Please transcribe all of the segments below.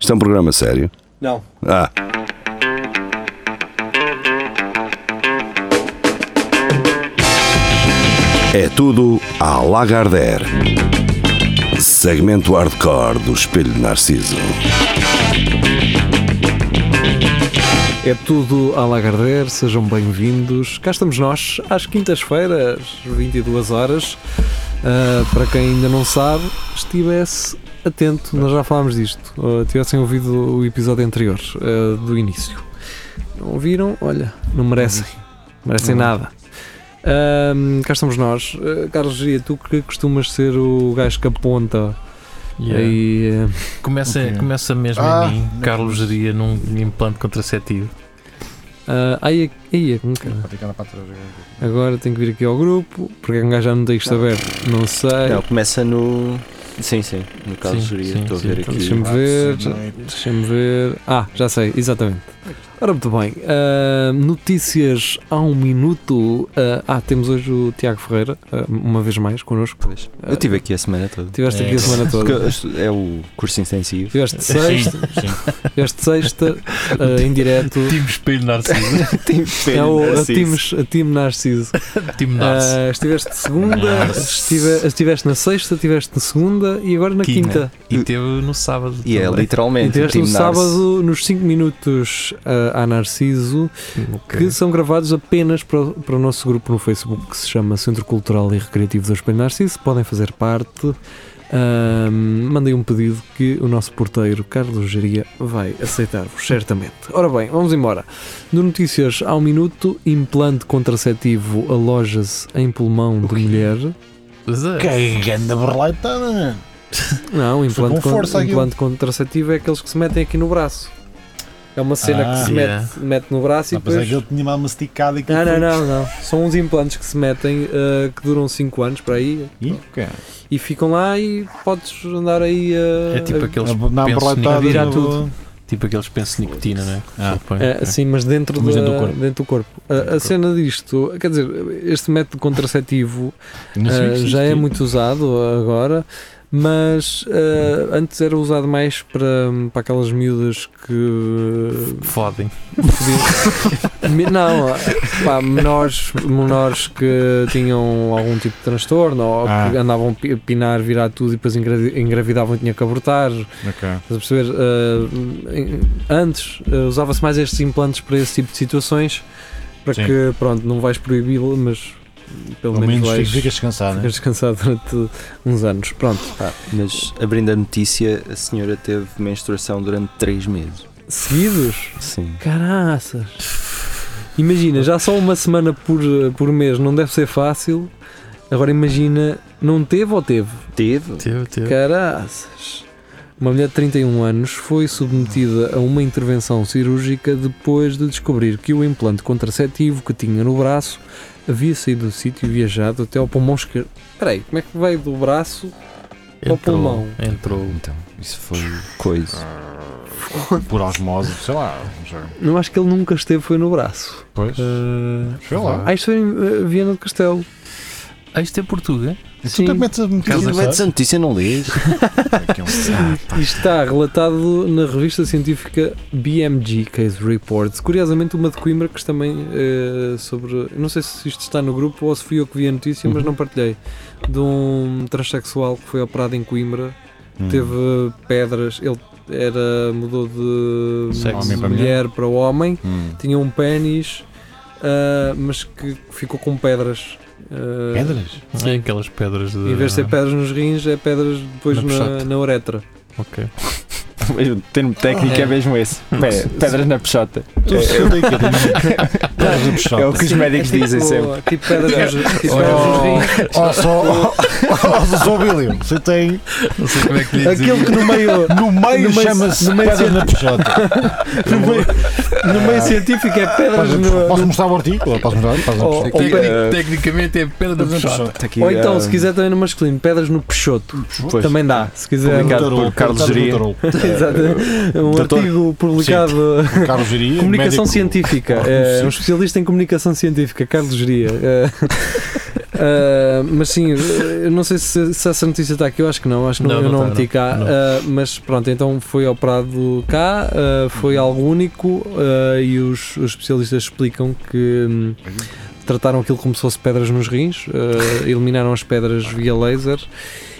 Isto é um programa sério. Não. Ah, é tudo à Lagardère. Segmento hardcore do Espelho de Narciso. É tudo à Lagardère, sejam bem-vindos. Cá estamos nós, às quintas-feiras, 22 horas. Ah, para quem ainda não sabe, estivesse atento, nós já falámos disto. Ou tivessem ouvido o episódio anterior, ah, do início. Não ouviram? Olha, não merecem. Merecem nada. Ahm, cá estamos nós. Ah, Carlos Gia, tu que costumas ser o gajo que aponta Yeah. e. ah, Começa, Ok. começa mesmo Ah, em mim. não. Carlos geria num implante contraceptivo. Ah, ai, ai, ai, cara. Vou ficar na pata de trás. Agora tenho que vir aqui ao grupo, porque é que um gajo já não tem isto aberto. Não sei. Não, começa no. Sim, sim, no caso Sim, juria, sim, estou a sim. ver Então, aqui. deixa-me ver. Deixa-me ver. Ah, já sei, exatamente. Ora, muito bem. ah, notícias a um minuto. ah, ah, temos hoje o Tiago Ferreira, ah, uma vez mais, connosco. Pois. Eu estive aqui a semana toda. Tiveste É. aqui a semana Porque toda. eu- é o curso intensivo. Tiveste sexta, tiveste sexta, ah, em direto. Time Tipo espelho narciso. É o a Times- a Time Narciso. Time narciso. Ah, estiveste de segunda, Narciso. estive- estiveste na sexta, estiveste na segunda e agora na Quina. quinta. Ah, E teve no sábado. E é também. E literalmente o tiveste no time Narciso. sábado, nos 5 minutos ah, a Narciso, que Ok. são gravados apenas para, o- para o nosso grupo no Facebook, que se chama Centro Cultural e Recreativo do Espelho Narciso. Podem fazer parte. Ah, mandei um pedido que o nosso porteiro Carlos Geria vai aceitar-vos, certamente. Ora bem, vamos embora. No Notícias ao Minuto, implante contraceptivo aloja-se em pulmão de mulher. Mas é. Que grande berleitada, mano. Não, o implante, com con- força aquilo. implante contraceptivo é aqueles que se metem aqui no braço. É uma cena Ah. que se Yeah. mete, mete no braço Não, e pois é depois. que ele tinha mal masticado aqui. Não, não, não, não. São uns implantes que se metem ah, que duram 5 anos para aí Ih, ok. e ficam lá e podes andar aí eh, a. É tipo aqueles, Não, não, pensos nicotina. berleitada. Virar tudo. tipo aqueles pensos de nicotina, não é? Ah. Opa, É, ok. Sim, mas dentro, Mas da- dentro do corpo. dentro do corpo. A- a cena disto, quer dizer, este método contraceptivo Não Ah, sei se já é existe. muito usado agora, mas ah, antes era usado mais para, para aquelas miúdas que. Fodem. podiam- Me- não, pá, menores, menores que tinham algum tipo de transtorno ou Ah. que andavam pi- a pinar, virar tudo e depois engravi- engravidavam e tinha que abortar. Ok. Estás a perceber? Ah, em- antes ah, usava-se mais estes implantes para esse tipo de situações para Sim. que, pronto, não vais proibi-lo, mas pelo, Pelo menos vais. fica- ficas descansado, né? Ficas descansado durante uns anos. Pronto. Mas abrindo a notícia, a senhora teve menstruação durante 3 meses. Seguidos? Sim. Caraças! Imagina, já só uma semana por, por mês não deve ser fácil. Agora imagina, não teve ou teve? Teve? Teve, é teve. Caraças! Uma mulher de 31 anos foi submetida a uma intervenção cirúrgica depois de descobrir que o implante contraceptivo que tinha no braço havia saído do sítio e viajado até ao pulmão esquerdo. Peraí, como é que veio do braço? Ao pulmão. Entrou. Então, isso foi coisa. Por osmose, sei lá. já. Não acho que ele nunca esteve foi no braço. Pois. Ah, Sei lá. Ah, isto foi em eh, Viana do Castelo. ah, isto é português. Tu também metes a meter um Tu metes a notícia e não lês. E está relatado na revista científica BMG Case Reports. Curiosamente, uma de Coimbra, que também eh, sobre. Não sei se isto está no grupo ou se fui eu que vi a notícia, mas não partilhei. De um transexual que foi operado em Coimbra, Ah, Hum. teve pedras, ele era mudou de Sexo. Homem para mulher para homem, Hum. tinha um pênis, ah, mas que ficou com pedras. ah, Pedras? É aquelas pedras de. Em vez de ser pedras nos rins, é pedras depois Na na, próstata. na uretra. O termo técnico é mesmo esse. Pe- Pedras na peixota. Tu sei daí que eu tenho- Pedras de É puxar. o que os médicos dizem tipo, sempre. Tipo pedras nos, tipo Oh. pedras nos rins. Ó, só. Ó, só só, Billy, Você tem. Não sei como é que lhe Aquele que no meio, No No meio meio- chama-se no meio pedra na puxota. no meio, no meio científico é pedras um Posso- no. Posso mostrar Oh, o artigo? Posso mostrar? Posso Ou, mostrar? ou pe- Tecnicamente é pedra da Pedras na puxada. puxota. um Aqui, ou então, ah, se quiser também no masculino, pedras no peixoto. Pois. Também dá, se quiser. Publicado Tarol, por Carlos tarol, Geria. tarol. Tá Exato. Um Doutor- artigo publicado. Carlos Geria. Comunicação médico- científica. É, um especialista em comunicação científica, Carlos Geria. É, Ah, mas sim, eu não sei se, se essa notícia está aqui, eu acho que não, acho que não, Não, eu não não está, meti não, cá. não. Ah, mas pronto, então foi operado cá, ah, foi algo único ah, e os, os especialistas explicam que hum, trataram aquilo como se fosse pedras nos rins, ah, eliminaram as pedras via laser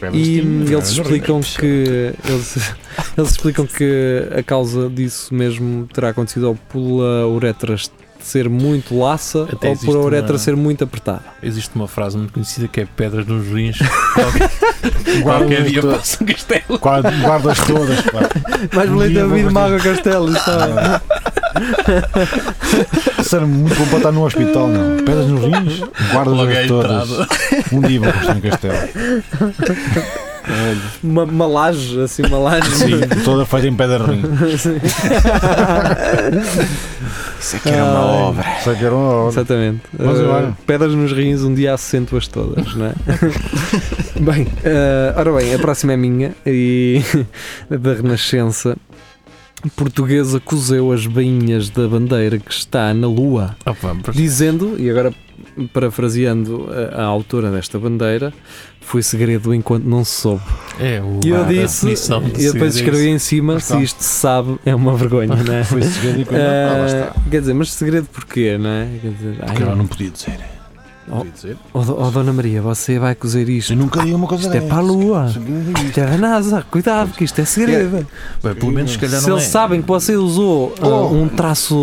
É e hum, eles explicam que eles, eles explicam que a causa disso mesmo terá acontecido ou pela uretra ser muito laça Até ou por existe a uretra uma- ser muito apertada. Existe uma frase muito conhecida que é pedras nos rins. Qualquer, qualquer dia todas. passa um castelo. Guarda- Guardas todas, pá. Mais E valente é eu vou ouvir partir. Mago Castelo, é sabe? Ser muito bom para estar no hospital, não. Pedras nos rins, Logo guardas à todas. Um dia vou construir um castelo. Uma, uma laje, assim, uma laje. Sim, toda feita em pedra rim. Sim. Isso aqui era uma Ai. obra. Só que era uma obra. Exatamente. Mas Uh, olha. pedras nos rins, um dia assento-as todas, não é? bem, uh, ora bem, a próxima é minha e da Renascença. Portuguesa cozeu as bainhas da bandeira que está na lua. Opa, mas- Dizendo, e agora parafraseando a, a autora desta bandeira, foi segredo enquanto não se soube. é o- E eu a disse, definição de e eu depois segredo é escrevi em cima, está. se isto se sabe, é uma vergonha, não é? Foi segredo e coisa. Ah, lá Ah, está. quer dizer, mas segredo porquê, não é? Quer dizer, ai, Porque ela não podia dizer. Não Oh. podia dizer. ó do- ó, Dona Maria, você vai cozer Eu isto. nunca li uma coisa Isto é dessas. para a lua. Sempre digo isto. Isto é da NASA, cuidado, que isto é segredo. isso. Bem, pelo menos se calhar Se não eles é. sabem que você usou ah, Oh. um traço,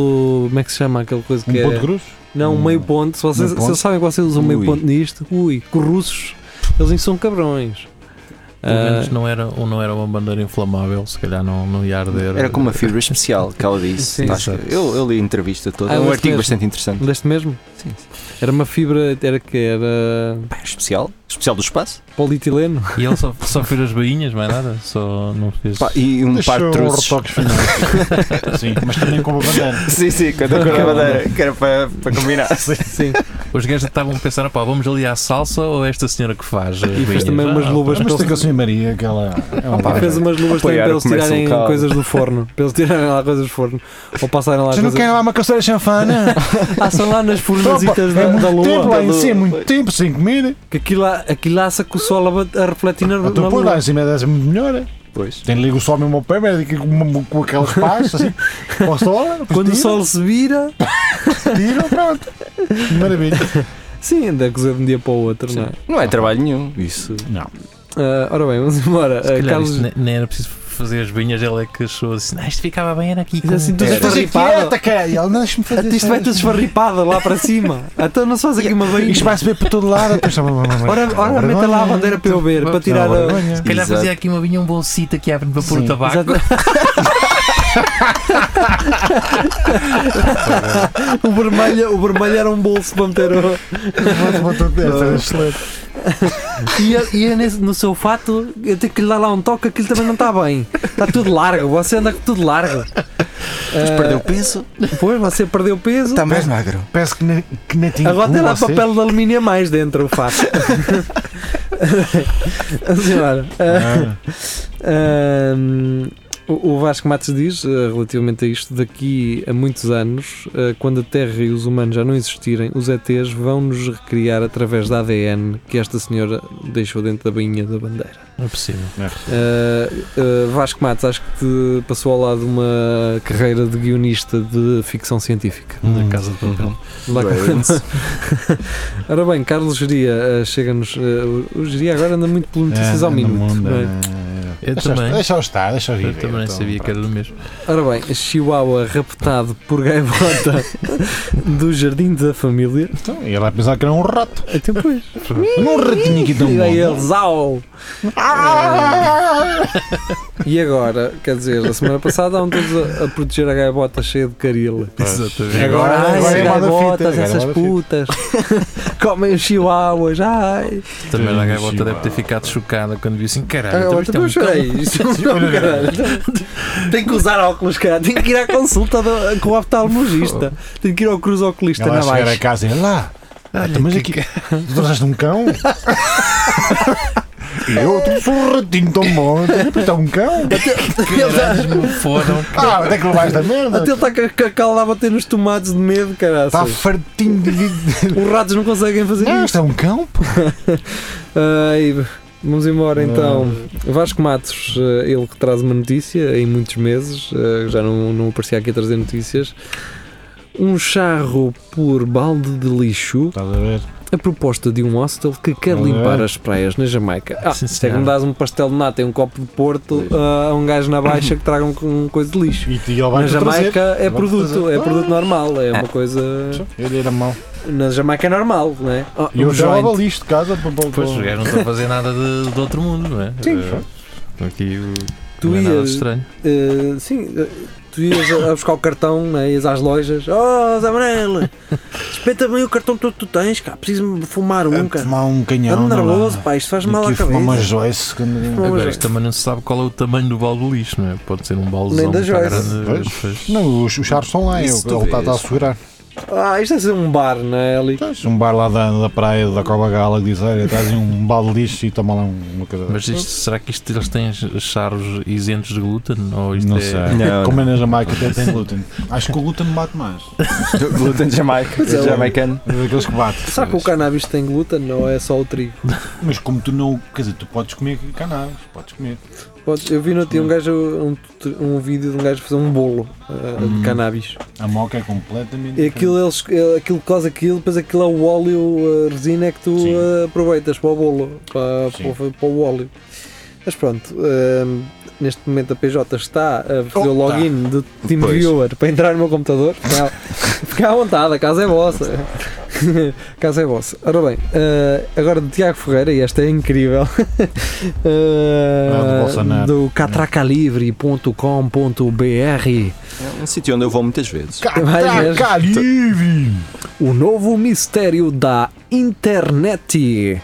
como é que se chama aquela coisa que Um é? ponto cruz? Não, Hum. meio ponto. Se, vocês, Meio ponto? se eles sabem que vocês usam meio Ui. ponto nisto, ui, que os russos, eles nem são cabrões. Pelo menos Ah, não era, ou não era uma bandeira inflamável, se calhar não, não ia arder. Era com uma fibra especial que ela disse. Sim, Acho que- exato. eu, eu li a entrevista toda. Ah, É um mas artigo mesmo. bastante interessante. Leste mesmo? Sim, Era uma fibra, era que era Pá, especial? Especial do espaço? polietileno. E ele só, só fez as bainhas, mais nada. Só não fez. Pá, e um Deixou par de os truços. retoques finais. Sim, mas também com uma bandeira. Sim, sim, cada cor da bandeira, que era para, para combinar. Sim. Os gajos estavam a pensar, pá, vamos ali à salsa ou a esta senhora que faz? Ah, E fez também umas luvas Mas para tem que eu eles. sou em Maria, aquela. É uma E fez bandeira. umas luvas também Apoiar para o eles comércio tirarem local. coisas do forno. Para eles tirarem lá coisas do forno. Ou passarem lá Você não coisas. quer lá uma caceira chanfana? Ah, são lá nas fornazitas é da, muito da tempo lua. lá em cima, muito tempo sem comer. Que aquilo, lá- aquilo laça com o sol a, bat- a refletir na, na Então pô, lá lua. em cima dessa é muito melhor. é? Pois. Tem liga o sol mesmo ao pé, mas aqui com, uma- com aquelas pás assim, com o sol. depois Quando o tira, sol se vira. Tira, pronto. Maravilha. Sim, anda a cozer de um dia para o outro, não é? Não é trabalho nenhum. Isso. Não. Ah, ora bem, vamos embora. Ah, Carlos, Carlos... nem era preciso fazer as bainhas, ela é que achou assim, ah, isto ficava bem, era aqui. Mas assim, tu- Mas Estás aqui ripado? quieta, caralho. Ela não deixa-me fazer Até isto vai tudo esfarripado lá para cima. Então não se faz aqui uma bainha. Isto vai se ver por todo lado. Depois chama Ora, ora mete lá a bandeira para eu ver, para tirar a. Se calhar Exato. fazia aqui uma vinha, um bolsito que abre para pôr Sim. o tabaco. Exato. o, vermelho, o vermelho era um bolso para meter o. Exato. E, eu- e eu nesse- no seu fato, eu tenho que lhe dar lá um toque, aquilo também não está bem. Está tudo largo, você anda com tudo largo. Ah, peso? Pois, você perdeu peso. Tá, Está mais magro. Parece que nem- que nem tinha um Agora tem cu, lá vocês. papel de alumínio a mais dentro, o fato. Senhora. ah, Ah, Ahm, o o Vasco Matos diz, eh, relativamente a isto, daqui a muitos anos, eh, quando a Terra e os humanos já não existirem, os ETs vão nos recriar através da ADN que esta senhora deixou dentro da bainha da bandeira. Não é possível. Eh, eh, Vasco Matos, acho que te passou ao lado uma carreira de guionista de ficção científica. hum. Na casa de Uhum. papel. Lá Bem, Ora bem, Carlos Geria, eh, chega-nos. eh, o- o Geria agora anda muito pelo notícias É, ao no minuto. mundo, não é? é. Eu Deixa-os- também. Deixa-os estar, deixa-os Eu viver. também nem então, sabia que pronto. era do mesmo. Ora bem, Chihuahua raptado por gaivota do jardim da família. É Então, e ela vai pensar que era um rato. Até depois. Um ratinho aqui tão E aí bom. eles, au! Ah! E agora, quer dizer, a semana passada estavam todos a, a proteger a gaivota cheia de caril. Exatamente. Agora- Agora, ai, agora é moda fita, gaivotas, agora é essas moda putas, comem os chihuahuas, ai. Também a Sim, gaivota sim, deve ter vá. ficado chocada quando viu assim, caralho, então Agora isto é também eu um chorei. Isto é um nome, caralho. então, Tenho que usar óculos, cara. Tenho que ir à consulta do- com o oftalmologista. Tenho que ir ao cruz oculista Ela na vai chegar a baixa. casa e lá. Então, Olha Mas que aqui. Tu trouxeste um cão? Eu tu sou um ratinho tão bom, tu é um cão. Caralho, foram. Ah, onde é que não vais da merda? Até ele está com a calda a bater nos tomates de medo, Está caraças. fartinho de. Os ratos não conseguem fazer Não, isto. isto é um cão, pô. Ai, vamos embora então. Vasco Matos, eh, ele que traz uma notícia em muitos meses, eh, já não, não aparecia aqui a trazer notícias. Um charro por balde de lixo, Estás a ver? a proposta de um hostel que quer Ah, limpar é? as praias na Jamaica. Ah, Sim, isto é como senhora. dás um pastel de nata e um copo de porto Pois. ah, a um gajo na baixa que traga um, um coisa de lixo. E tu- e ele Na vai Jamaica é Vai-te produto, trazer. é produto normal, é Ah. uma coisa. Ele era mau. Na Jamaica é normal, não é? Ah, E eu um jogava joint. lixo de casa para. para- Pois, os para- gajos não estão a fazer nada de, de outro mundo, não é? Sim. Eh, Aqui o. Tu não é nada de ias- estranho. Eh, sim, eh, tu ias a a buscar o cartão, né, ias às lojas. Oh, Zé Manela, espeta-me aí o cartão todo que tu tens, cá. Preciso-me fumar um, Antes de cara. tomar um canhão. Ando não nervoso, vá. pá, isto faz E mal à aqui fumar um. cabeça. uma Joyce. quando- Não, mas Agora, é- isto também não se sabe qual é o tamanho do balde do lixo, não é? Pode ser um baldezão Nem da muito Joyce. grande, Pois. depois- Não, os, os charros são lá, é Isso ele tu está a vês. segurar. Ah, isto é ser um bar, não é, ali? Tens um bar lá da, da praia, da Cova Gala, que diz: olha, trazem um balde de lixo e toma lá um- uma coisa. Mas isto, será que isto eles têm charros isentos de glúten? Ou isto não é... sei. Não, Como é na Jamaica, até tem glúten. Acho que o glúten bate mais. Glúten jamaica, Pois é, jamaicano. É daqueles que bate. Será que o cannabis tem glúten? Não é só o trigo. Mas como tu não. Quer dizer, tu podes comer cannabis, podes comer. Podes- Eu vi no outro dia um gajo, um, tut- um vídeo de um gajo fazer um bolo ah, de Hum. cannabis. A moca é completamente. E aquilo, eles, eh, aquilo que causa aquilo, depois aquilo é o óleo, a resina que tu Sim. eh, aproveitas para o bolo, para, Sim. para o- para o óleo. Mas pronto, ehm, neste momento a PJ está a fazer o Oh, tá. login do Pois. TeamViewer para entrar no meu computador. Fica- Fica à vontade, a casa é vossa. A casa é vossa. Ora bem, eh, agora do Tiago Ferreira, e esta é incrível. Eh, Ah, do Bolsonaro. do catracalivre.com.br É um sítio onde eu vou muitas vezes. é- Vai ver. Cataca livre! O novo mistério da internet.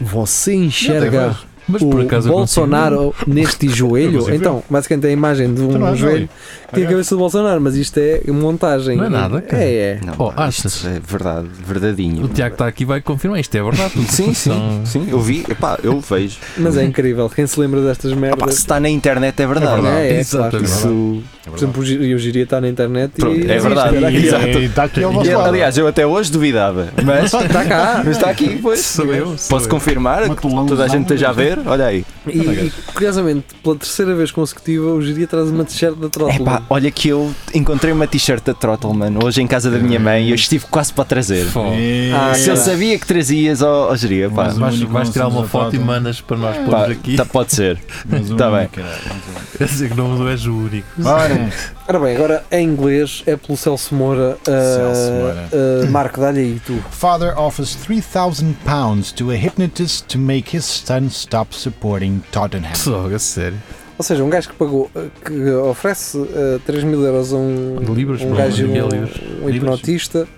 Você enxerga Mas por o acaso eu consigo- Bolsonaro neste Eu joelho? consigo ver. Então, basicamente é a imagem de Tu não um vais joelho ali. que tem a cabeça do Bolsonaro, mas isto é montagem. Não é nada, cara. É, é. Não, Oh, isto achas? é verdade, O verdadeinho. Tiago está aqui e vai confirmar. Isto é verdade. tudo. Sim, sim, São- sim, eu vi, epá, eu vejo. Mas é incrível. Quem se lembra destas Epá, se merdas? está na internet é verdade. É, é, claro. Exatamente. Isso, É Por verdade. exemplo, o Gi- o Giria está na internet Pronto, e. é Existe, verdade. E- era aqui. Exato. e Está aqui ao E, nosso lado. aliás, eu até hoje duvidava, mas, Está Tá cá. mas está aqui, pois. Sou eu, sou Posso eu. confirmar Mas que tu não toda a usas gente nada. esteja a ver? Olha aí. E, e, curiosamente, pela terceira vez consecutiva, o Giria traz uma t-shirt da Epá, Trótula. olha que eu encontrei uma t-shirt da Trottleman hoje em casa da minha mãe e eu estive quase para trazer. Fó. E- Ah, Se eu cara. sabia que trazias, ó ó, geria, pá. Mas o Vais, único vais não tirar somos uma a foto e Tottenham. mandas para nós Pá, pormos aqui. tá- pode ser. Mas o Tá único, Quer dizer que não és o único. Ora, Ora bem, agora em inglês é pelo Celso Moura. ah, Celso Moura. ah, Marco, dá-lhe aí tu. Father offers 3,000 pounds to a hypnotist to make his son stop supporting Tottenham. Só, a sério. Ou seja, um gajo que pagou, eh, que oferece eh, 3 mil euros a um, De libras, um não, gajo, de um, libras. um hipnotista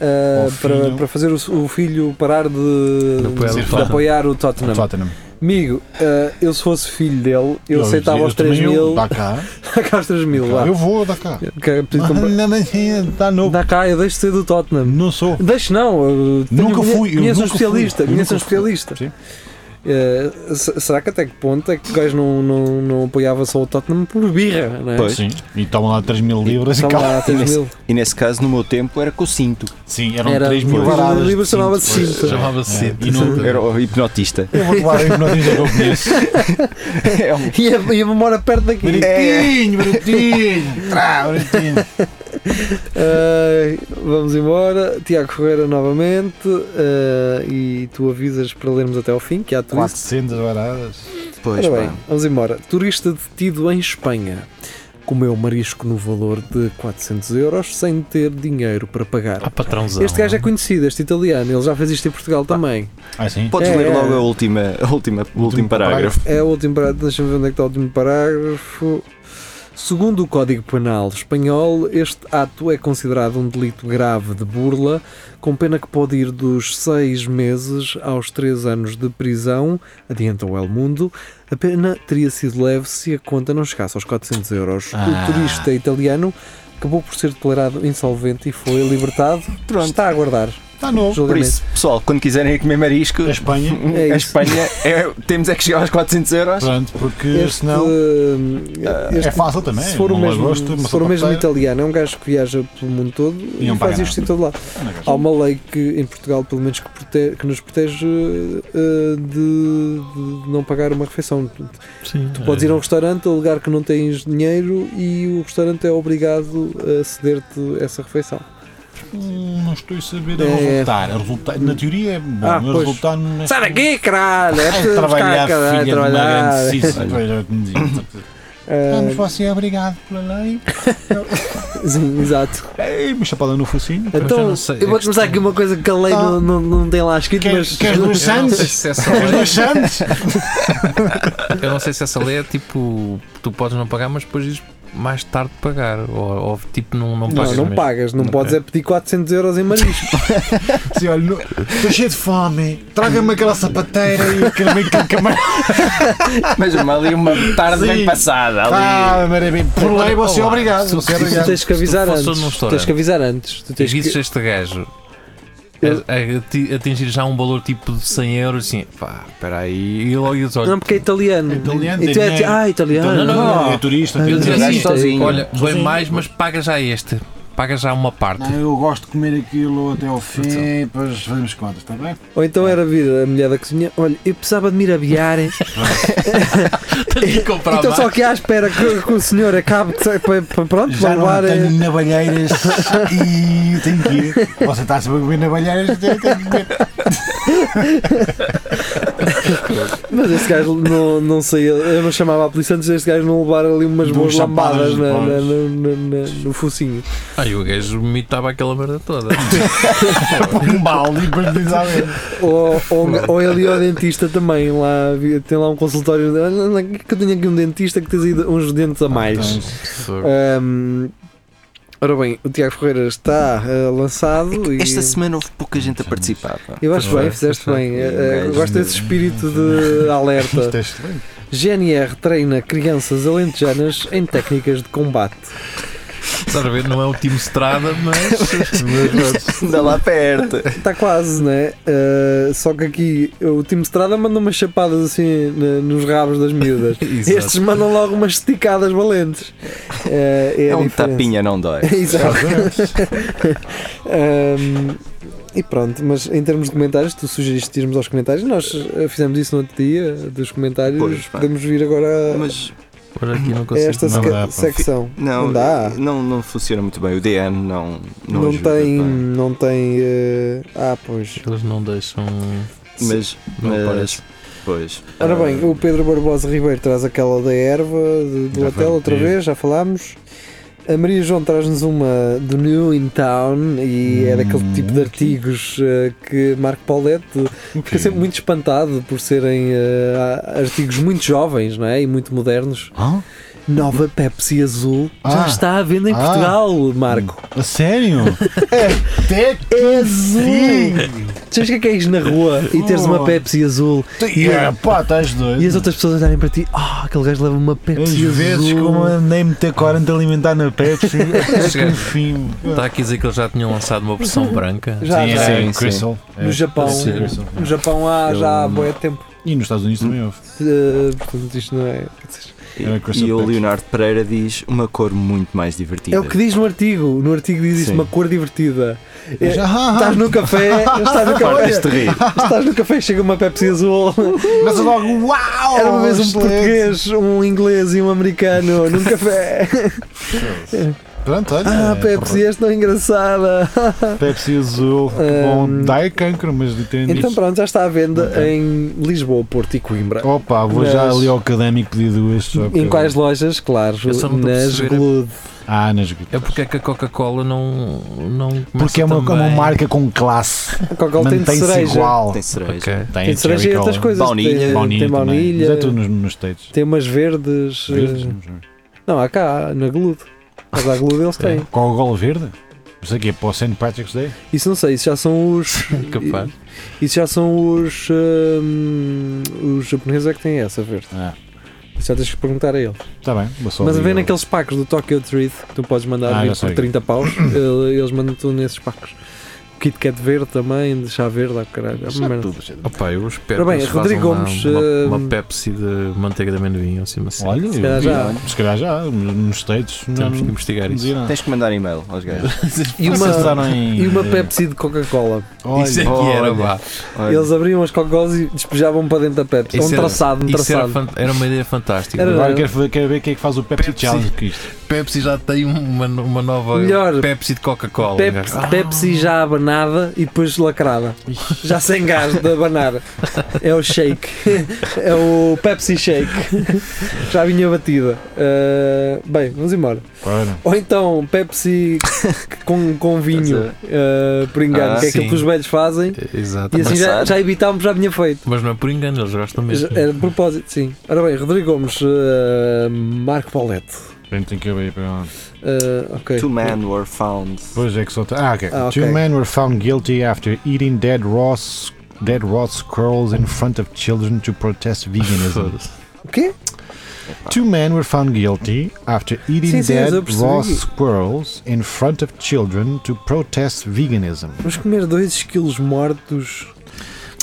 eh, Ao para, filho. para fazer o, o filho parar de, De apoiar o de Tottenham. apoiar o Tottenham. Tottenham. Amigo, eh, eu se fosse filho dele, eu, aceitava os 3 também eu- mil, Dá cá. dá cá os 3 mil lá. Eu vou, dá cá. Quero pedir compra- Não, mas Está novo. Dá cá, eu deixo de ser do Tottenham. Não sou. Deixo não, eu tenho- Nunca fui, eu Conheço um nunca fui. especialista, Eu conheço um nunca fui. especialista. Sim. Eh, se- será que até que ponto é que o gajo não, não, não apoiava só o Tottenham por birra, não é? Pois. Sim. E tomam lá 3 mil libras e São cá. lá 3 mil. E nesse caso, no meu tempo, era com o cinto. Sim, eram Era- 3 mil pois, varadas. o livro chamava-se Pois, Cinto. já- Chamava-se. É, Cinto, e não- exatamente. Era o hipnotista. Eu vou levar a hipnotista que eu conheço. É um- E a, e a memória perto daqui. É. Baratinho, baratinho. Trá, baratinho. Ai, Eh, vamos embora. Tiago Ferreira novamente. ah, e tu avisas para lermos até ao fim, que há twist. 400 varadas. Pois, Ora bem, pá. vamos embora. Turista detido em Espanha. Comeu marisco no valor de 400 euros sem ter dinheiro para pagar. Ah, patrãozão. Este gajo é conhecido, este italiano. Ele já fez isto em Portugal também. Ah, sim. Podes É, ler é. logo a última, a última, o último parágrafo. É o último parágrafo, deixa-me ver onde é que está o último parágrafo. Segundo o Código Penal espanhol, este ato é considerado um delito grave de burla, com pena que pode ir dos seis meses aos três anos de prisão, adianta o El Mundo. A pena teria sido leve se a conta não chegasse aos 400 euros. Ah. O turista italiano acabou por ser declarado insolvente e foi libertado. Pronto. Está a aguardar. Está novo. Por julgamento. isso, pessoal, quando quiserem ir comer marisco, A Espanha. É a isso. Espanha, é- temos é que chegar aos 400 euros. Pronto, porque Este, senão hum, este- é fácil também. Se for, o um mesmo, lagosta, uma se for o mesmo sapateira. italiano, é um gajo que viaja pelo mundo todo e, não faz paga isto em todo lado. Há uma lei que em Portugal, pelo menos, que, prote- que nos protege eh, de, de não pagar uma refeição. Portanto, Sim, É. Tu podes ir a um restaurante, a um lugar que não tens dinheiro e o restaurante é obrigado a ceder-te essa refeição. Hum, Não estou a saber a É. resultar. A resultar. Na teoria é bom, Ah, a pois. resultar não é. Sai daqui, caralho! É É preciso trabalhar, buscar, caralho, filha de uma trabalhar. grande Sísifo. Pois é o que me dizem. Ah, Vamos, você é obrigado pela lei. sim, exato. Ei, uma chapada no focinho. já Então, não sei, eu vou é te mostrar aqui uma coisa que a lei Ah. não, não, não tem lá escrito, Quer- mas. queres dois Eu não sei sandes? se essa Os lei- dois santos. eu não sei se essa lei é tipo, tu podes não pagar, mas depois dizes mais tarde pagar. Ou, ou tipo, não, não Não, pagas. não mesmo. pagas, não Ok. podes é pedir 400 euros em marisco. Sim, olha, no- estou cheio de fome. Traga-me aquela sapateira e aquele meio que camarão. Mas uma, ali uma tarde Sim. bem passada. Ali. Ah, maravilha. Por lei você é Olá, obrigado. se- Você é se- tu obrigado. tens que Se tu avisar fosses num antes. Tu tens restaurante que avisar antes. Tu E tens dizes que... a este gajo Eu- a- a ati- atingir já um valor tipo de 100 euros, assim, pá, espera aí. E logo dizes, olha, Não, porque é italiano. Italiano, E tu é- dinheiro. Ah, italiano. Então, não, não, Ah. é turista. Eu eu turista. dizia gajo assim, sozinho. olha, vem Sozinho. mais, mas paga já este. Paga já uma parte. Não, eu gosto de comer aquilo até ao fim, depois fazemos contas, está bem? Ou então era vir a mulher da cozinha. Olha, eu precisava de me ir a Biar. Tenho que comprar Então mais. só que à espera que, que o senhor acabe. de sa- pa- pa- Pronto, Já vai não levar. tenho eh, navalheiras e tenho que ir. Você está sempre a comer navalheiras, eu tenho que comer. Mas esse gajo não, não sei. Eu não chamava a polícia antes deste gajo não levar ali umas Duas boas chapadas lambadas na- na- depois. na- na- na- no focinho. Aí o gajo vomitava aquela merda toda. Põe um balde e depois diz à vez. Ou, ou, ou ele ia ao dentista também. Lá, havia- tem lá um consultório. "Olha, olha, Que eu tenho aqui um dentista que tens aí uns dentes a mais. então. Ahm, ora bem, o Tiago Ferreira está ah, lançado e. É Esta semana houve pouca gente a participar. pá. Eu acho Pois bem, é, fizeste pois é. bem. Ah, ah, gajo gosto desse espírito de Isto alerta. é excelente. GNR treina crianças alentejanas em técnicas de combate. Estás a ver? Não é o time Estrada, mas. Anda lá perto. Está quase, né? Ah, só que aqui o time Estrada manda umas chapadas assim na- nos rabos das miúdas. Exato. Estes mandam logo umas esticadas valentes. Ah, é É a um diferença. tapinha, não dói. Tá Exato. Ahm, e pronto, mas em termos de comentários, tu sugeriste irmos aos comentários, nós eh, fizemos isso no outro dia, dos comentários, Pois, pá. podemos vir agora a- Mas Por aqui não a consigo. esta não seca- dá, pá. secção. não, Não dá. Não, não funciona muito bem. O DN não, não, Não, ajuda, tem. pá. Não tem. eh, ah, pois. Eles não deixam. Mas, Não mas parece. pois. Ora ah, bem, o Pedro Barbosa Ribeiro traz aquela da erva de- do Já hotel outra falei. vez, já falámos. A Maria João traz-nos uma do New in Town e é daquele tipo de artigos eh, que Marco Paulette O Fiquei quê? sempre muito espantado por serem eh, artigos muito jovens não é? e muito modernos. Hã? Nova Pepsi Azul Ah. já está à venda em Ah. Portugal, Marco. A sério? É, até É azul! Sim. Sabes o que é que és na rua e teres uma Oh. Pepsi azul Yeah, é, pá, estás doido. e as outras pessoas olharem para ti, ah, aquele gajo leva uma As Pepsi vezes azul. como andei me ter 40 alimentar na Pepsi, é que enfim. Está tá aqui a dizer que eles já tinham lançado uma versão branca. Tá Já, já. sim. Crystal. No Japão, Sim, Crystal. no Japão há já há Eu- boé tempo. E nos Estados Unidos também houve. Eh, portanto, isto não é. quer dizer, Era E, Crystal e o Pepsi. Leonardo Pereira diz uma cor muito mais divertida. É o que diz no artigo. No artigo diz isto, Sim. uma cor divertida. É, Já, ah, ah, Estás no café, estás no café. Fartas-te rir. Estás no café, chega uma Pepsi azul. Mas logo, uau! Era uma vez um excelente. português, um inglês e um americano num café. Pronto, olha. Ah, é, Pepsi, esta é engraçada. porra, Pepsi azul. que Hum. Bom, dá é cancro, mas Oh, entende. Então, isso. pronto, já está à venda em Lisboa, Porto e Coimbra. Opa, vou já Mas- ali ao académico pedir duas. só Em porque- quais lojas? Claro, Eu só não estou a nas perceber. Glood. Ah, nas É porque é que a Coca-Cola não. não começa Porque é uma, é uma também. marca com classe. A Coca-Cola tem de Mantém-se cereja. igual. Tem cereja. Ok. Tem de cereja e cherry outras cola. coisas. Baunilha. Tem- Baunilha Tem também. baunilha. Mas é tudo nos, nos States. Tem umas verdes. Verdes, eh, vamos ver. Não, há cá, na Glood. Mas há Glood eles têm. Com o gol verde? Não sei o que é para o St. Patrick's Day? Isso não sei, isso já são os. Capaz. Isso já são os. hum, os japoneses é que têm essa verde. Ah, Isso já tens que perguntar a eles. está bem. Vou só Mas ali vem ao- naqueles pacos do Tokyo Treat que tu podes mandar Ah, vir já por sei. 30 paus, eh, eles mandam-te nesses pacos. Kit Kat verde também, de chá verde, ah, caralho. é uma merda. tudo, cheio de- Opa, eu espero Ora bem, que eles façam Rodrigo uma, Gomes, uma, uma hum, Pepsi de manteiga de amendoim ou assim, assim. Olha, Se calhar eu- já. se calhar já, nos States, não, Temos que não investigar isso. dizia nada. Tens que mandar e-mail aos gajos. E uma- Vocês andaram em- E uma Pepsi de Coca-Cola. Olha, Isso é que olha. era, pá. Olha, Eles abriam as Coca-Colas e despejavam para dentro da Pepsi. Isso um era- traçado, um Isso era, traçado. fan- era uma ideia fantástica. Era- Agora quero, ver- quero ver quem é que faz o Pepsi, Pepsi. Challenge com isto. Pepsi já tem um- uma, uma nova Melhor. Pepsi de Coca-Cola. Pepsi, Ah, Pepsi já abanada e depois lacrada. Já sem gás de abanar. É o shake. É o Pepsi Shake. Já vinha batida. Ah, bem, vamos embora. Ora, Ou então Pepsi com, com vinho, ah, por engano, é. Ah, que é aquilo sim. que os velhos fazem. Exato. E assim já, Amassar. já evitámos, já vinha feito. Mas não é por engano, eles gostam mesmo. Já- Era de propósito, sim. Ora bem, Rodrigo Gomes, ah, Marco Paulette. bem, tenho que ver para onde. Ah, ok. Two men were found. Pois é que só tem- Ah, ok. Ah, ok. Two men were found guilty after eating dead raw, s- dead raw squirrels in front of children to protest veganism. Foda-se. O quê? Two men were found guilty after Sim, eating sim, mas dead eu percebi. raw squirrels in front of children to protest veganism. Vamos comer dois esquilos mortos.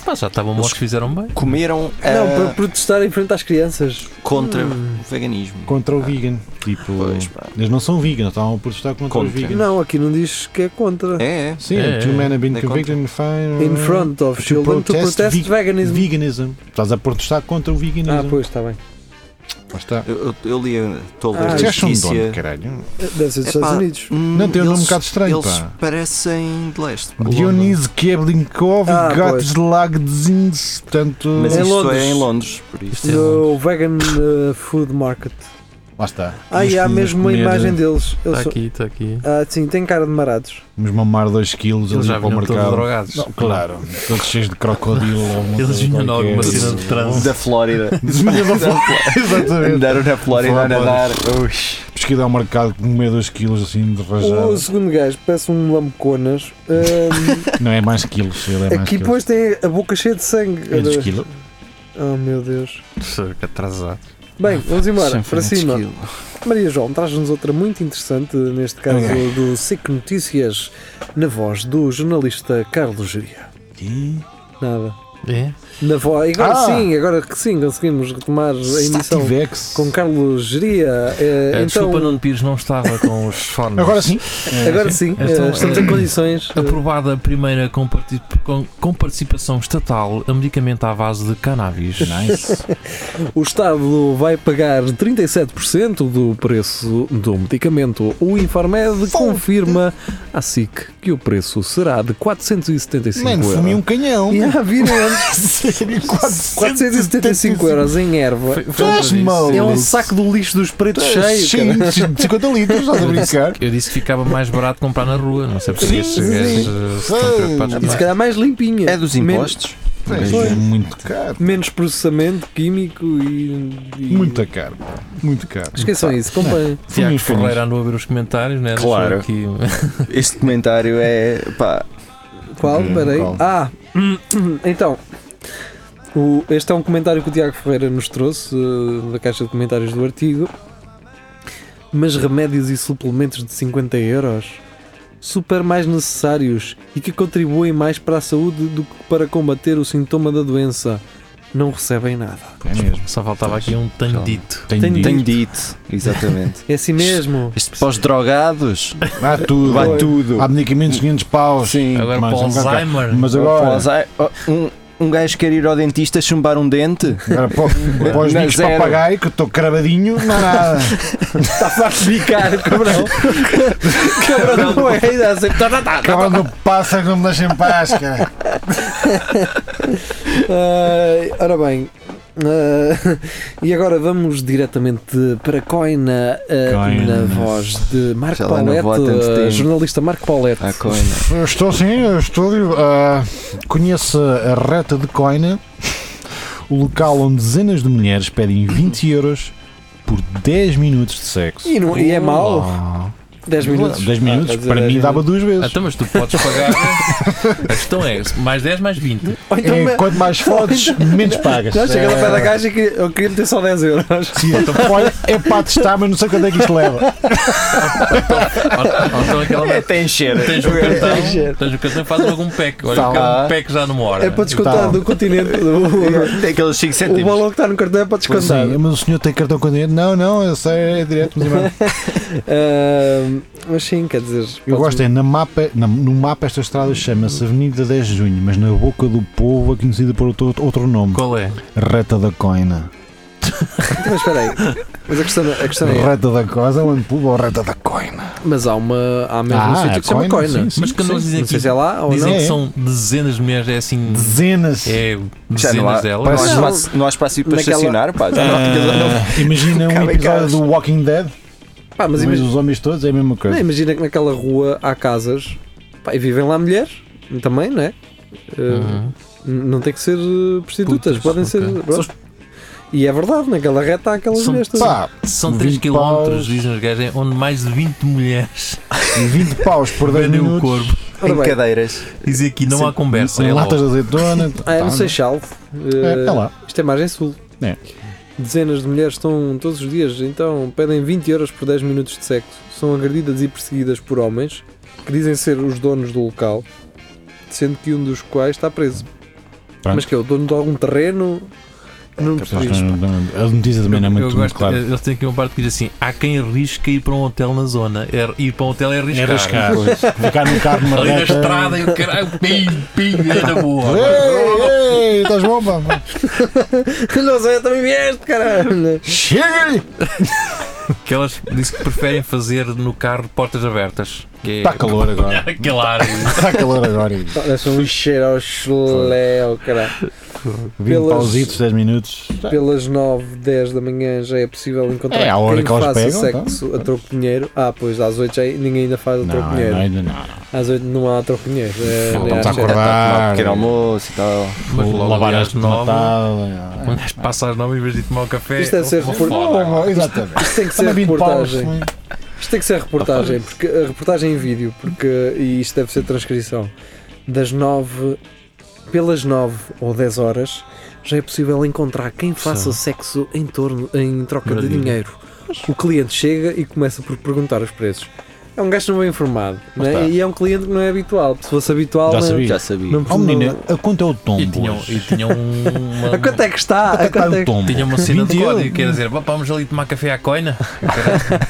Pá, já estavam mortos, fizeram bem. Comeram Não, hum. eh, para protestar em frente às crianças. contra o veganismo. Contra o vegan. Tipo, Pois, pá. eles não são vegan, estavam a protestar contra, os Contra. vegan. Não, aqui não diz que é contra. É, é. Sim, É, two é, men have been é convicted and fined. In front of To children to protest protest veg- veganism. Veganism. Estás a protestar contra o veganismo. Ah, pois, está bem. Lá está. Eu, eu- eu li a Toller Ah, da Estes gajos são de onde, Justiça. caralho? Deve ser dos Epá, Estados Unidos. hum, Não, tem um nome eles- um bocado estranho, Eles pá. parecem de leste. pá. Dionísio Keblinkov Ah, e Gottes pois. Lagdzins. Portanto, Mas Em isto Londres. é em Londres, por isso. Sim. No Vegan eh, Food Market. lá está. Ah, e há mesmo uma eh, imagem né? deles. Eles Tá são- Está tá aqui, está aqui. Ah, sim, tem cara de marados. Vamos mamar 2 quilos Eles ali já para o vinham todos mercado. drogados. Não, claro, todos cheios de crocodilo. ou uma Eles coisa vinham de qualquer. alguma cena de trânsito. Da Flórida. Vinham da Flórida, Exatamente. Andaram na Flórida a nadar. Ux. Pesquisa ao mercado comer 2 quilos assim de O, rajada. o segundo gajo parece um lambeconas. Ahm, Não é mais quilos, ele é mais aqui, quilos. pois, tem a boca cheia de sangue. É dos quilos. Oh, meu Deus. Que atrasado. Bem, vamos embora. Sem Para frentes, cima. aquilo. Maria João traz-nos outra muito interessante, neste caso Ok. do SIC Notícias, na voz do jornalista Carlos Geria. Nada. É? Na voz. Agora Ah! sim, agora que sim, conseguimos retomar a emissão Stativex. com Carlos Geria. Eh, Eh, então, Desculpa, Nuno Pires não estava com os fones. Agora sim. agora sim, eh, Então, estamos eh, em condições. eh, Aprovada a primeira com, parti- com- com participação estatal a medicamento à base de cannabis. Nice. O Estado vai pagar 37% do preço do medicamento. O Infarmed confirma à SIC que o preço será de 475 Mano, euros. fumi um canhão. E há viram antes. Sério, 475 euros em erva. Foi- foi Estás o que eu disse. maluco. É um saco do lixo dos pretos cheio. cara. Cheio de 50 litros, estás a brincar? Eu disse que ficava mais barato comprar na rua, não sei porque Sim, estes sim. gajos eh, se estão Sim. preocupados com E se calhar mais limpinha. É dos Men- impostos. É muito caro. menos processamento químico e. e- Muito caro, pá. Muito caro. Esqueçam é isso, É. acompanhem. Tiago Fomos, fomos. Ferreira andou a ver os comentários, né? Deixou Claro. aqui- Este comentário é. pá. Qual? Hum, Peraí. qual? Ah, então. o- este é um comentário que o Tiago Ferreira nos trouxe eh, da caixa de comentários do artigo. Mas remédios e suplementos de 50 euros super mais necessários e que contribuem mais para a saúde do que para combater o sintoma da doença. Não recebem nada. É mesmo. Só faltava aqui um tandito. Tenho dito. Tenho dito. Exatamente. É assim mesmo. Isto para os drogados. Há tudo. Vai tudo. Há medicamentos 500 paus. Sim. Agora para mais o um bocado. Alzheimer. Mas Para o agora, Alzheimer- oh, Um, um gajo quer ir ao dentista chumbar um dente. agora para, o- para os Não, bicos zero. papagaio, que eu estou cravadinho, não há nada. Está a ficar, cabrão. cabrão não é. Dá sempre. Tá, tá, tá, Acabando no pássaro, não me deixa em paz, cara. Ai, ora bem. ah, e agora vamos diretamente para Coina, ah, Coina. na voz de Marco Já lá não vou há tanto Paulette, ah, tempo. Ah, jornalista Marco Paulette. A coina. Eu Estou sim, eu estou. ah, conheço a reta de Coina, o local onde dezenas de mulheres pedem 20 euros por 10 minutos de sexo. Uh, E, não, e é mau. Ah, 10 minutos. 10 minutos, Ah, quer dizer, para 10 mim dava duas vezes. Então, mas tu podes pagar. a questão é: mais 10, mais 20. Ou então, É, me- quanto mais fodes, menos pagas. não, chega lá É. para da caixa e queria- eu queria meter só 10 euros. Sim, então, olha, é para testar, mas não sei quando é que isto leva. Ou, ou então aquela. até encher. Tens o é, gente. cartão, tens o cartão e fazes logo um pack. Olha, Tá eu quero lá. um pack já numa hora. É para descontar Então. do continente. do- Tem aqueles 5 O cêntimos. valor que está no cartão é para descontar. Sim, mas o senhor tem cartão com dinheiro? Não, não, eu sei, é direto. Mas, irmão, Ahm, Ah, mas sim, quer dizer. eu podes- gosto é na mapa, na- no mapa esta estrada chama-se Avenida 10 de Junho, mas na boca do povo é conhecida por outro, outro nome, Qual é? Reta da Coina. Mas espera aí. Mas a questão, a questão é. Reta da Coisa, onde povo ou Reta da Coina? Mas há uma. Há mesmo um sítio que se chama Ah, Coina, coina. sim, sim, Mas quando sim. eles dizem Não sei que, se é lá ou dizem não. que É. são dezenas de mulheres, é assim. Dezenas. É Já não dezenas há, não há delas. Parece- espaço, não há espaço para Naquela- estacionar, pá. Já não há- já não- Ah, imagina um Cabem episódio carros. do Walking Dead, Pá, mas mas, imagina. os homens todos é a mesma Não, coisa. imagina que naquela rua há casas pá, e vivem lá mulheres também, não é? Uh, Uhum. n- Não tem que ser uh, prostitutas, Putas, podem ser. ok. pronto. E é verdade, naquela reta há aquelas São- mulheres todas. Pá, São 3 20 km, paus. dizem os gajos, é onde mais de 20 mulheres 20 paus por 10 vendem o minutos. corpo. Ora em bem, cadeiras. Dizem aqui, não há conversa. Em É latas logo. de azeitona. ah, é tá, no Seixal. É, eh, é uh, lá. Isto é margem sul. É. Dezenas de mulheres estão todos os dias, então pedem 20 euros por 10 minutos de sexo. São agredidas e perseguidas por homens que dizem ser os donos do local, sendo que um dos quais está preso. Pronto. Então, Mas que é o dono de algum terreno? Não percebi. A notícia também não Eu- eu é muito, muito gosto, clara. Eles têm aqui uma parte que diz assim: há quem arrisca ir para um hotel na zona. É- Ir para um hotel é arriscar. pois. Ficar no carro numa Ali na reta. estrada e o caralho, pim, pim, é na boa. Ei, ei, estás bom, pá? É, Não sei, também vieste, caralho! Chega-lhe! Que elas dizem que preferem fazer no carro portas abertas. Que é Tá Está calor agora. aquele ar. Está calor agora. Parece um cheiro ao chulé, caralho. 20 Pelas- pausitos, 10 minutos. Pelas 9, 10 da manhã já é possível encontrar É, à hora quem que elas faça pegam, então, sexo a troco de dinheiro. Ah, pois, às 8 já ninguém ainda faz a Não, é troco de não, dinheiro. ainda não. Às 8 não há troco de dinheiro. É, Não, é Estamos a às sete. acordar. Pequeno almoço e tal. um Mas Vou logo Lavar ali as às nove. tomatada. Quando gajo passa às nove em vez de tomar um café. Isto deve ser vou por- fora. eh, Exatamente. Isto tem que ser Também 20 paus. é reportagem. Isto tem que ser reportagem, porque a reportagem em vídeo, porque e isto deve ser transcrição. Das 9 pelas 9 ou 10 horas já é possível encontrar quem faça sexo em torno em troca de Maravilha. dinheiro. O cliente chega e começa por perguntar os preços. É um gajo não bem informado, não é? está. E é um cliente que não é habitual. Se fosse habitual, Já não- é? sabia. Já sabia. não Ó menina, a quanto é o tombo? E tinham, e hoje? tinham uma. A quanto é que está? A Quanto é que quanto é um. está o que- tombo? um? Tinha uma cena de 20 euros. código, quer dizer, "Vá, vamos ali tomar café à coina.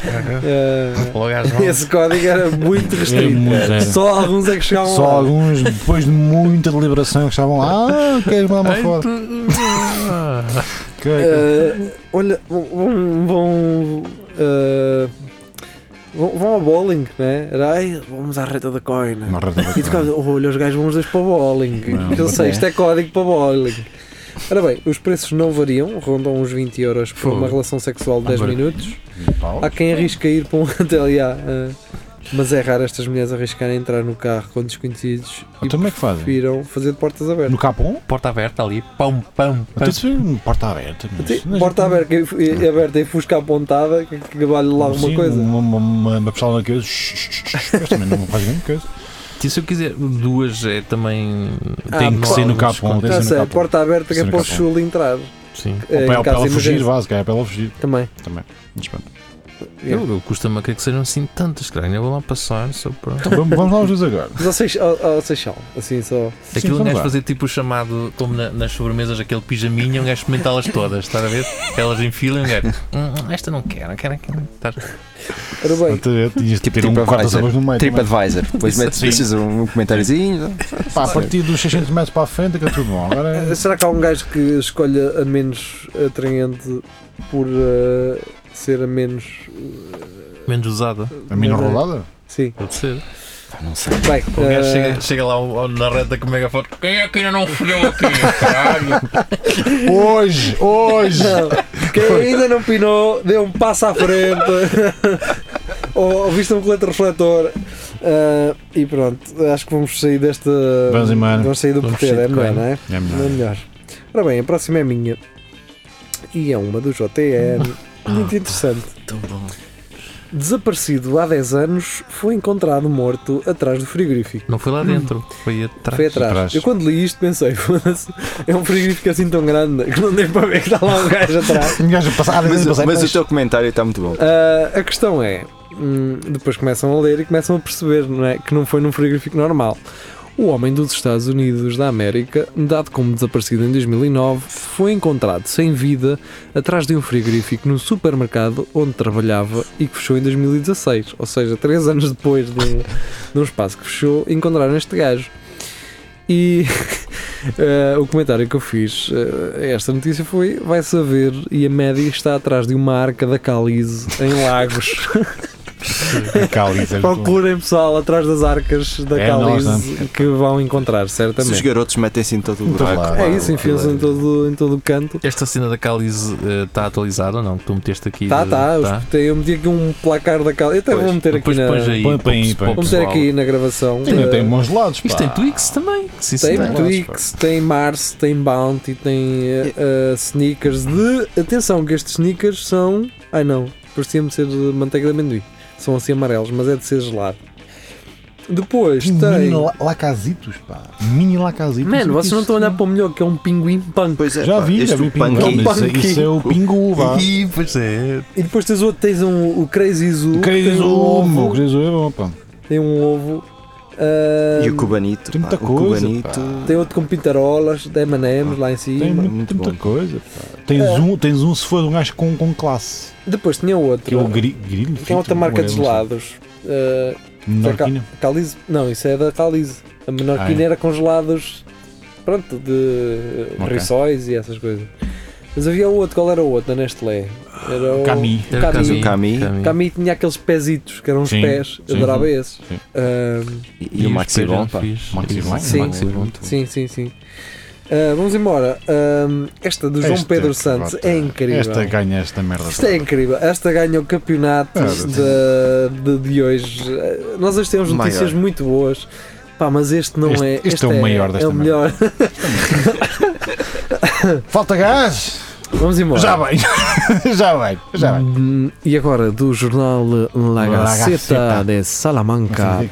Ah, Logo às Esse código era muito É restrito. muito, é. Só alguns é que chegavam Só lá. alguns, depois de muita deliberação, que estavam lá. Ah, queres mandar uma é foto? nove. Que- Eh, olha, vão. vão, vão, eh, vão- vão ao bowling, né? Era, "Ai, vamos à reta da coina. Uma reta da Eh, E tu ficavas, olha, os gajos vão os dois para o bowling. Não, Eu sei, é. isto é código para o bowling. Ora bem, os preços não variam, rondam uns 20 euros por uma Fogo. relação sexual de 10 Agora- minutos. Paus. Há quem arrisca ir para um hotel, já, eh, mas é raro estas mulheres arriscarem entrar no carro com desconhecidos e Então como é que fazem? preferirem fazer de portas abertas. No capão? Porta aberta ali, pão, pão, pão. Até se vê porta aberta. mas- é Sim, mas- porta aberta, e- e- aberta e fusca apontada, que, que vale lá alguma Sim, coisa. Uma, uma, uma, uma pistola na cabeça. Shh, shh, shh, Mas também não faz grande coisa. E se eu quiser duas, é também. Ah, Tem que claro. é? ser no alguns capão. Tem Não que ser sei, no capão. Tá porta aberta que é Sim, para o capão. chulo entrar. Sim. Ou eh, para, em ou para caso ela de é fugir, emergência. básico, é para ela fugir. Também. Mas pronto. Eu, eu custa-me a crer que sejam assim tantas, caralho. Eu vou lá passar só para. Então vamos, vamos lá os dois agora. Mas ao Seixal, ao, ao Seixal, assim só. Sim, Aquilo um vamos gajo lá. fazer tipo o chamado, como na- nas sobremesas, aquele pijaminha, um gajo experimentá-las todas, estás a ver? Elas em fila e um gajo. "Hum, esta não quero, quero aquela. Estás- Ora bem, Portanto, Tinhas de ter um TripAdvisor. corta-sabores no meio. também. TripAdvisor. Depois metes Sim. deixas um comentáriozinho. Pá, a partir dos 600 metros para a frente é que é tudo bom. Agora é- será que há um gajo que escolha a menos atraente por eh, ser a menos. Menos usada. a minha é. rodada. Sim. Pode ser. Bem, O gajo eh, chega, chega lá ao- ao- na reta com o megafone. Quem é que ainda não folhou aqui? Caralho! Hoje, hoje. não, quem ainda não pinou, deu um passo à frente. ou, ou viste um colete refletor. Eh, e pronto, acho que vamos sair desta. Vamos embora. Vamos sair do Vamos porteiro, sair é de melhor, coina. não é? É Não é melhor. melhor. Ora bem, a próxima é minha. E é uma do JTN. Muito interessante. desaparecido há 10 anos, foi encontrado morto atrás do frigorífico. Não foi lá dentro, foi atrás. Foi atrás. atrás. Eu quando li isto pensei, foda-se, é um frigorífico assim tão grande que não deu para ver que está lá um gajo atrás. Um gajo a passar. Ah, Mas, mas, mas o teu comentário está muito bom. Ah, a questão é, hum, depois começam a ler e começam a perceber não é, que não foi num frigorífico normal. O homem dos Estados Unidos da América, dado como desaparecido em 2009, foi encontrado sem vida atrás de um frigorífico no supermercado onde trabalhava e que fechou em 2016. Ou seja, três anos depois de um, de um espaço que fechou, encontraram este gajo. E eh, o comentário que eu fiz eh, a esta notícia foi: vai saber, e a média está atrás de uma arca da calize em Lagos. Procurem pessoal atrás das arcas da É calize nós, que vão encontrar, Se os certamente. garotos metem-se em todo o Muito buraco. lá. pá, É isso, o enfiam-se em aquilo é- todo, em todo o canto. Esta cena da Cáliz está atualizada ou não? Que tu meteste aqui. Tá, de- tá, os- eu meti aqui um placar da calize. Eu até vou meter aqui Depois pões na. aí. Põe- para o põe aí, pessoal. Vou põe. meter aqui na gravação. Ainda Eh, tem bons lados. Isto pá. tem Twix também. Tem Sim, senhor. Twix, tem Mars, tem Bounty, tem eh, eh, sneakers de. Atenção, que estes sneakers são. Ai não, parecia-me ser de manteiga de amendoim. São assim amarelos, mas é de ser gelado. Depois tem. Mini la- lacasitos, pá. Mini lacasitos. Mano, vocês não estão a olhar para o melhor que é um pinguim punk. Pois é, Já pá, vi, este já vi o o pingo. punk- Isso, Punk. isso é o pingo, vá. Ih, pois é. E depois tens, outro, tens um, o Crazy Zoo. que Querido tem um Zoom, ovo. o Querido Zoom é bom, pá. Tem um ovo. ah, E o cubanito. Tem pá, muita o coisa, cubanito. tem outro com pintarolas, de M&M's lá em cima. Tem muito, muito muita bom. coisa, É. pá. Tens, um, tens um se for um gajo com, com classe. Depois tinha outro. Que é o gri, grilho. tem outra marca de gelados. ah, Norquina. Calize, não, isso é da Calize. A menorquina Ah, é? era congelados, pronto, de Ok. riçóis e essas coisas. Mas havia outro, qual era o outro da Nestlé? Era o Cami. Era Cami. Cami. Cami. Cami tinha aqueles pezitos que eram os Sim, pés, sim. eu adorava esses. Sim. Ah, é Ahm, E, e o os Maxi pés eram Bom, pá. fixe. Maxi Bom, Sim. Maxi Bom. Muito sim, sim, sim. Ah, vamos embora. Ahm, esta do João Esta Pedro que Santos bota- é incrível. Esta ganha esta merda. Isto é toda. incrível. Esta ganha o campeonato Ah, de, de, de hoje. Eh, Nós hoje temos Maior. notícias muito boas. Pá, mas este não Este- é. este é o maior desta é o merda. melhor. Falta gás! Vamos embora. Já vai! já vai! Já vai! Hum, E agora do jornal La La Gazzetta Gazzetta. de Salamanca.es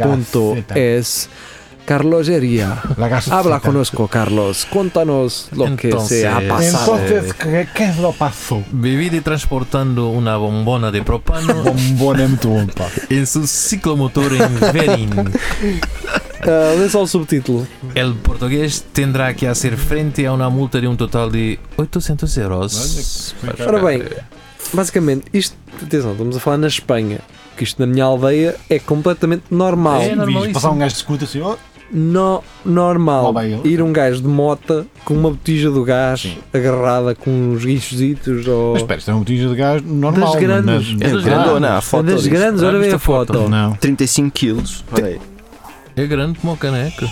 Carlos Heria. La gás Habla conosco, Carlos. Conta-nos lo Então, que se ha Entonces- pasado. Entonces, que- é quem se lo passou? Bebida e transportando uma bombona de propano Bombona é muito bom, pá. em seu ciclomotor em Verin. Ah, lê só o subtítulo. El português terá que fazer frente a uma multa de um total de 800 euros. Ora bem, basicamente, isto, atenção, estamos a falar na Espanha. Que isto na minha aldeia é completamente normal. É normalíssimo. Passar um gajo de escuta assim, ó. no, normal Lá vai ele. ir um gajo de mota com uma botija do gás Sim. agarrada com uns guinchositos ou Mas espera, isto é um botija de gás normal. Oh." Das grandes. não- É das não- grandes. Grandona, a É foto das disto. grandes, Ah, olha bem viste a a foto? foto. Não. é? 35 quilos. Olha aí. É grande como o caneco.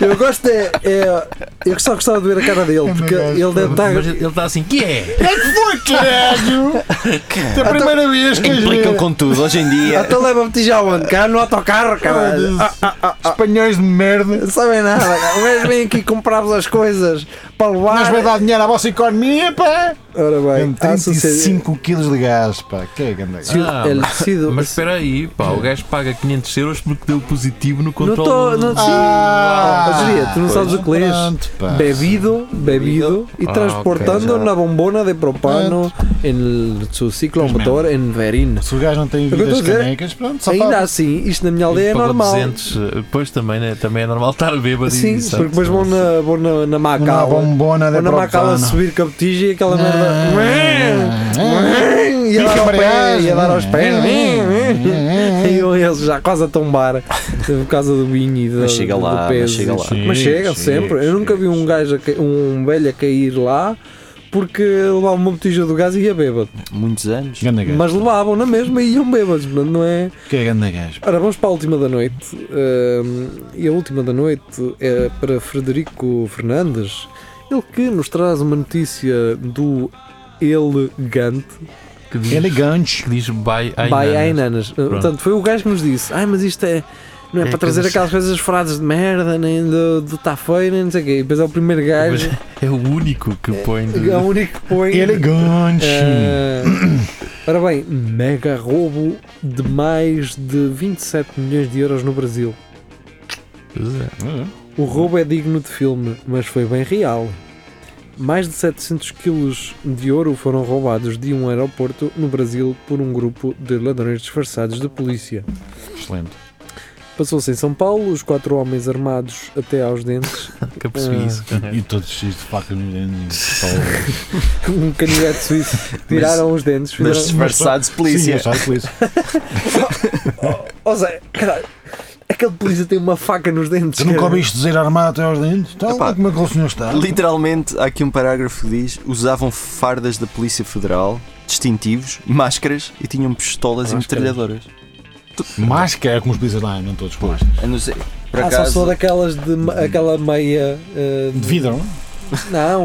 Eu gosto é, é- Eu só gostava de ver a É cara dele, porque gajo, ele deve estar. Mas ele está assim, que é? Foi caralho! É a primeira vez que Implicam com tudo. Hoje em dia, Então leva-me tijá onde? Cá no autocarro, caralho. Ah, Espanhóis de merda. Não sabem nada, cara. O gajo vem aqui comprar-vos as coisas para Nós vai levar. dar um dinheiro à vossa economia, pá! Ora Tem é- bem, há sociedade- 35 quilos de gás, pá. Que é grande gás. Cido- Ah, ele- cido- Mas espera aí, pá, o gajo paga 500 euros porque deu positivo no Não controle. estou. Não, sim. Ah, Mas, Maria, tu não sabes o que lês? Pronto, pá. Bebido, bebido y Ah, transportando ok, ya. una bombona de propano en el- su ciclomotor en Verín. Se o gajo não tem É que eu vidas estou a dizer- canecas, pronto, só Ainda pá. assim, isto na minha aldeia é Pagou normal. 200, eh, pois também, né? Também é normal estar bêbado Sim, e sabe? porque depois vão na, vão na, na Uma Macala. Vão bombona de na Macala propano. subir com a botija e Ah, aquela merda. E a Fica dar ao pé, mareado. e a dar aos Ah, pés. E eu- eles já quase a tombar por causa do vinho e do, Mas chega do lá, mas peso. chega lá. Mas chega Chega, sempre. Eu nunca vi um gajo, a ca- um velho a cair lá porque levava uma botija do gás e ia bêbado. muitos anos. Ganda gás. Mas levavam na mesma e iam bêbados, portanto não é? Que é ganda gás. Ora, vamos para a última da noite. Ahm, e a última da noite é para Frederico Fernandes, ele que nos traz uma notícia do elegante Que diz, é Elegante. que diz bye by Ainanas. Ainanas. Portanto, foi o gajo que nos disse: ai, mas isto é. Não é, É para trazer aqueles- aquelas coisas frases de merda, nem do, do tá feio, nem não sei o quê. E depois é o primeiro gajo, um- Mas É o único que põe. de- é o único que põe. Elegante. ah, Ora bem, mega roubo de mais de 27 milhões de euros no Brasil. Pois é. O roubo é digno de filme, mas foi bem real. Mais de 700 quilos de ouro foram roubados de um aeroporto no Brasil por um grupo de ladrões disfarçados de polícia. Excelente. Passou-se em São Paulo, os quatro homens armados até aos dentes, Nunca percebi Ah. isso. E todos cheios de faca no dente. Só- um canivete suíço, tiraram os dentes. Mas fizeram- disfarçados de Sim, é polícia. só polícia. Ó Zé, caralho, aquele polícia tem uma faca nos dentes. Tu nunca cara. ouviste dizer armado até aos dentes? Então, Epá. como é que o senhor está? Literalmente, há aqui um parágrafo que diz: usavam fardas da Polícia Federal, distintivos, máscaras e tinham pistolas e Máscaras. metralhadoras. Máscara é como os polícias lá, não todos com máscara. A não ser, Ah, por só acaso, Uhum. sou daquelas de ma- aquela meia. eh, De vidro, não?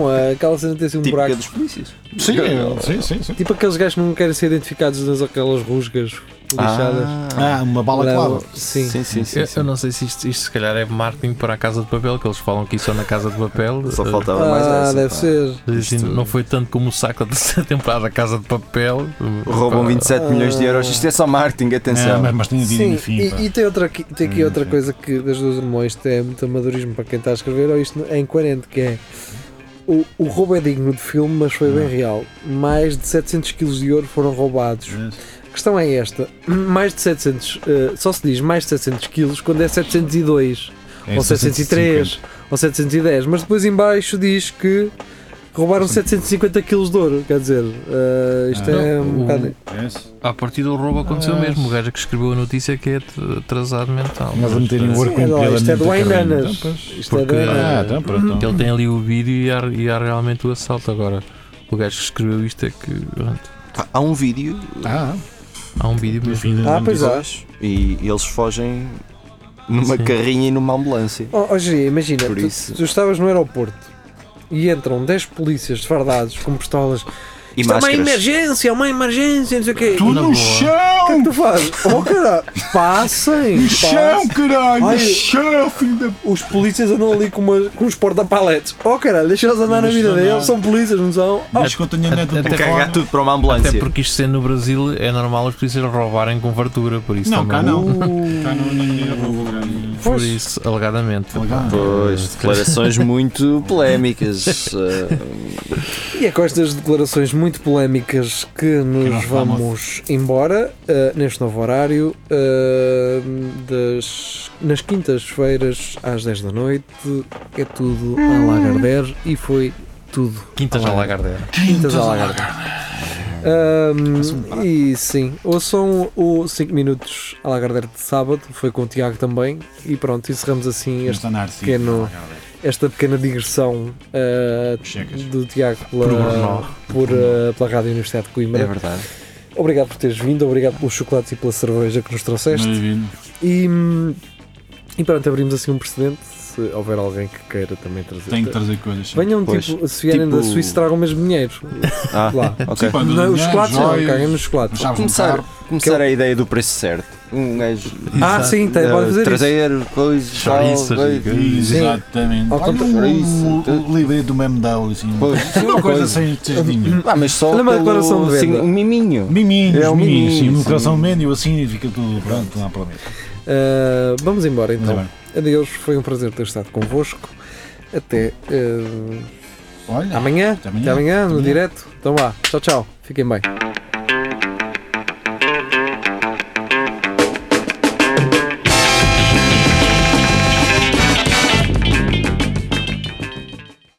Não, eh, aquela cena tem assim um típica buraco. dos polícias. Sim, é, sim, sim. sim. Tipo aqueles gajos que não querem ser identificados nas aquelas rusgas lixadas. Ah, uma bala Levam- clava. Sim. sim, sim, sim. Eu, sim. eu não sei se isto, isto se calhar é marketing para a Casa de Papel, que eles falam que isso só na Casa de Papel. Só eh, faltava é mais Ah, essa. deve pá. ser. mas assim, Isto- Não foi tanto como o saco da terceira temporada da Casa de Papel. Ah. Roubam 27 milhões de euros. Isto é só marketing, É, atenção. mas, mas tem vida Sim, enfim. e, e tem, outra, aqui- tem aqui Hum, outra sim. coisa que das duas irmãs, isto é muito amadorismo para quem está a escrever, ou isto é incoerente, que é o, o roubo é digno de filme, mas foi Hum. bem real. Mais de 700 quilos de ouro foram roubados. A questão é esta, mais de 700, eh, só se diz mais de 700 quilos quando é 702, É ou 703, ou 710, mas depois em baixo diz que roubaram 750 quilos de ouro, quer dizer, eh, isto Ah, é não, um o- bocado... A partir do roubo aconteceu Ah. mesmo. O gajo que escreveu a notícia é que é at- atrasado mental. Mas a meterem o Parece- ouro com Sim, olha lá, pela isto é minha do carrinha. Einanas. Então, pois. Isto é porque- da- Ah, então pronto. Que então. Ele tem ali o vídeo e há, e há realmente o assalto. Agora, o gajo que escreveu isto é que. pronto, Pá, Há um vídeo, Ah, há um vídeo no mesmo. fim da Ah, pois é. dois, e eles fogem numa Sim. carrinha e numa ambulância. Ó oh, imagina, Por tu, isso. tu estavas no aeroporto e entram 10 polícias fardados com pistolas. E Isto é uma máscaras. emergência, é uma emergência, não sei o quê. Tu Na boa. no O que é chão! que tu fazes? Oh, cara, passem! No chão, passem. caralho! Ai, No chão, filho da. Os polícias andam ali com, uma, com um uns porta-paletes. Oh, cara, deixa-os andar na Deixa vida andar. deles, são polícias, não são? Oh, Acho que eu tenho a neta até do Cagar tudo para uma ambulância. Até porque isto sendo no Brasil é normal os polícias roubarem com fartura, por isso Não, também. cá não. uh, Cá não, ninguém roubou grande. Por Pois. isso, alegadamente. Alegadamente. Pois, declarações muito polémicas. eh, E é com estas declarações muito polémicas que nos nós vamos embora eh, neste novo horário, eh, das, nas quintas-feiras às 10 da noite. É tudo a Lagardère e foi tudo. Quintas na Lagardère. Quintas à Lagardère. Ahm, e sim, ouçam o 5 minutos à Lagardère de sábado, foi com o Tiago também. E pronto, encerramos assim este- Esta narcisa. pequeno- esta pequena digressão eh, Checas. do Tiago pela, Por Brno. por, eh, pela Rádio Universidade de é Coimbra. verdade. Obrigado por teres vindo, obrigado pelos chocolates e pela cerveja que nos trouxeste. Maravilha. E, hum, e pronto, abrimos assim um precedente. Se houver alguém que queira também trazer. Tenho que trazer coisas. Venham, Pois, tipo, se vierem tipo- da Suíça, tragam mesmo dinheiro. Ah, Lá. ok. Pá, Não, os dinheeiros, chocolates não, joias, um caguem nos chocolates. chaves no Começar, carro. um começar a ideia do preço certo. Um gajo. Ah, sim, tem, eh, pode fazer isso. traseiro, coisas, tal, Chouriças e coisas. Exatamente. Ao Olha contrário, um, um, isso. um livre do MMW, assim. Pois, isso é Uma coisa assim, sem testemunho. Ah, mas só Olha uma pelo- declaração de sim, venda. um miminho. Miminhos, É um miminhos, miminho, sim, no sim. coração médio assim fica tudo pronto, não há problema. Ah, vamos embora Mas é então. bem. Adeus, foi um prazer ter estado convosco. Até ah, Olha, amanhã. até amanhã. Até amanhã, no Amanhã. direto. Então vá, tchau, tchau. Fiquem bem.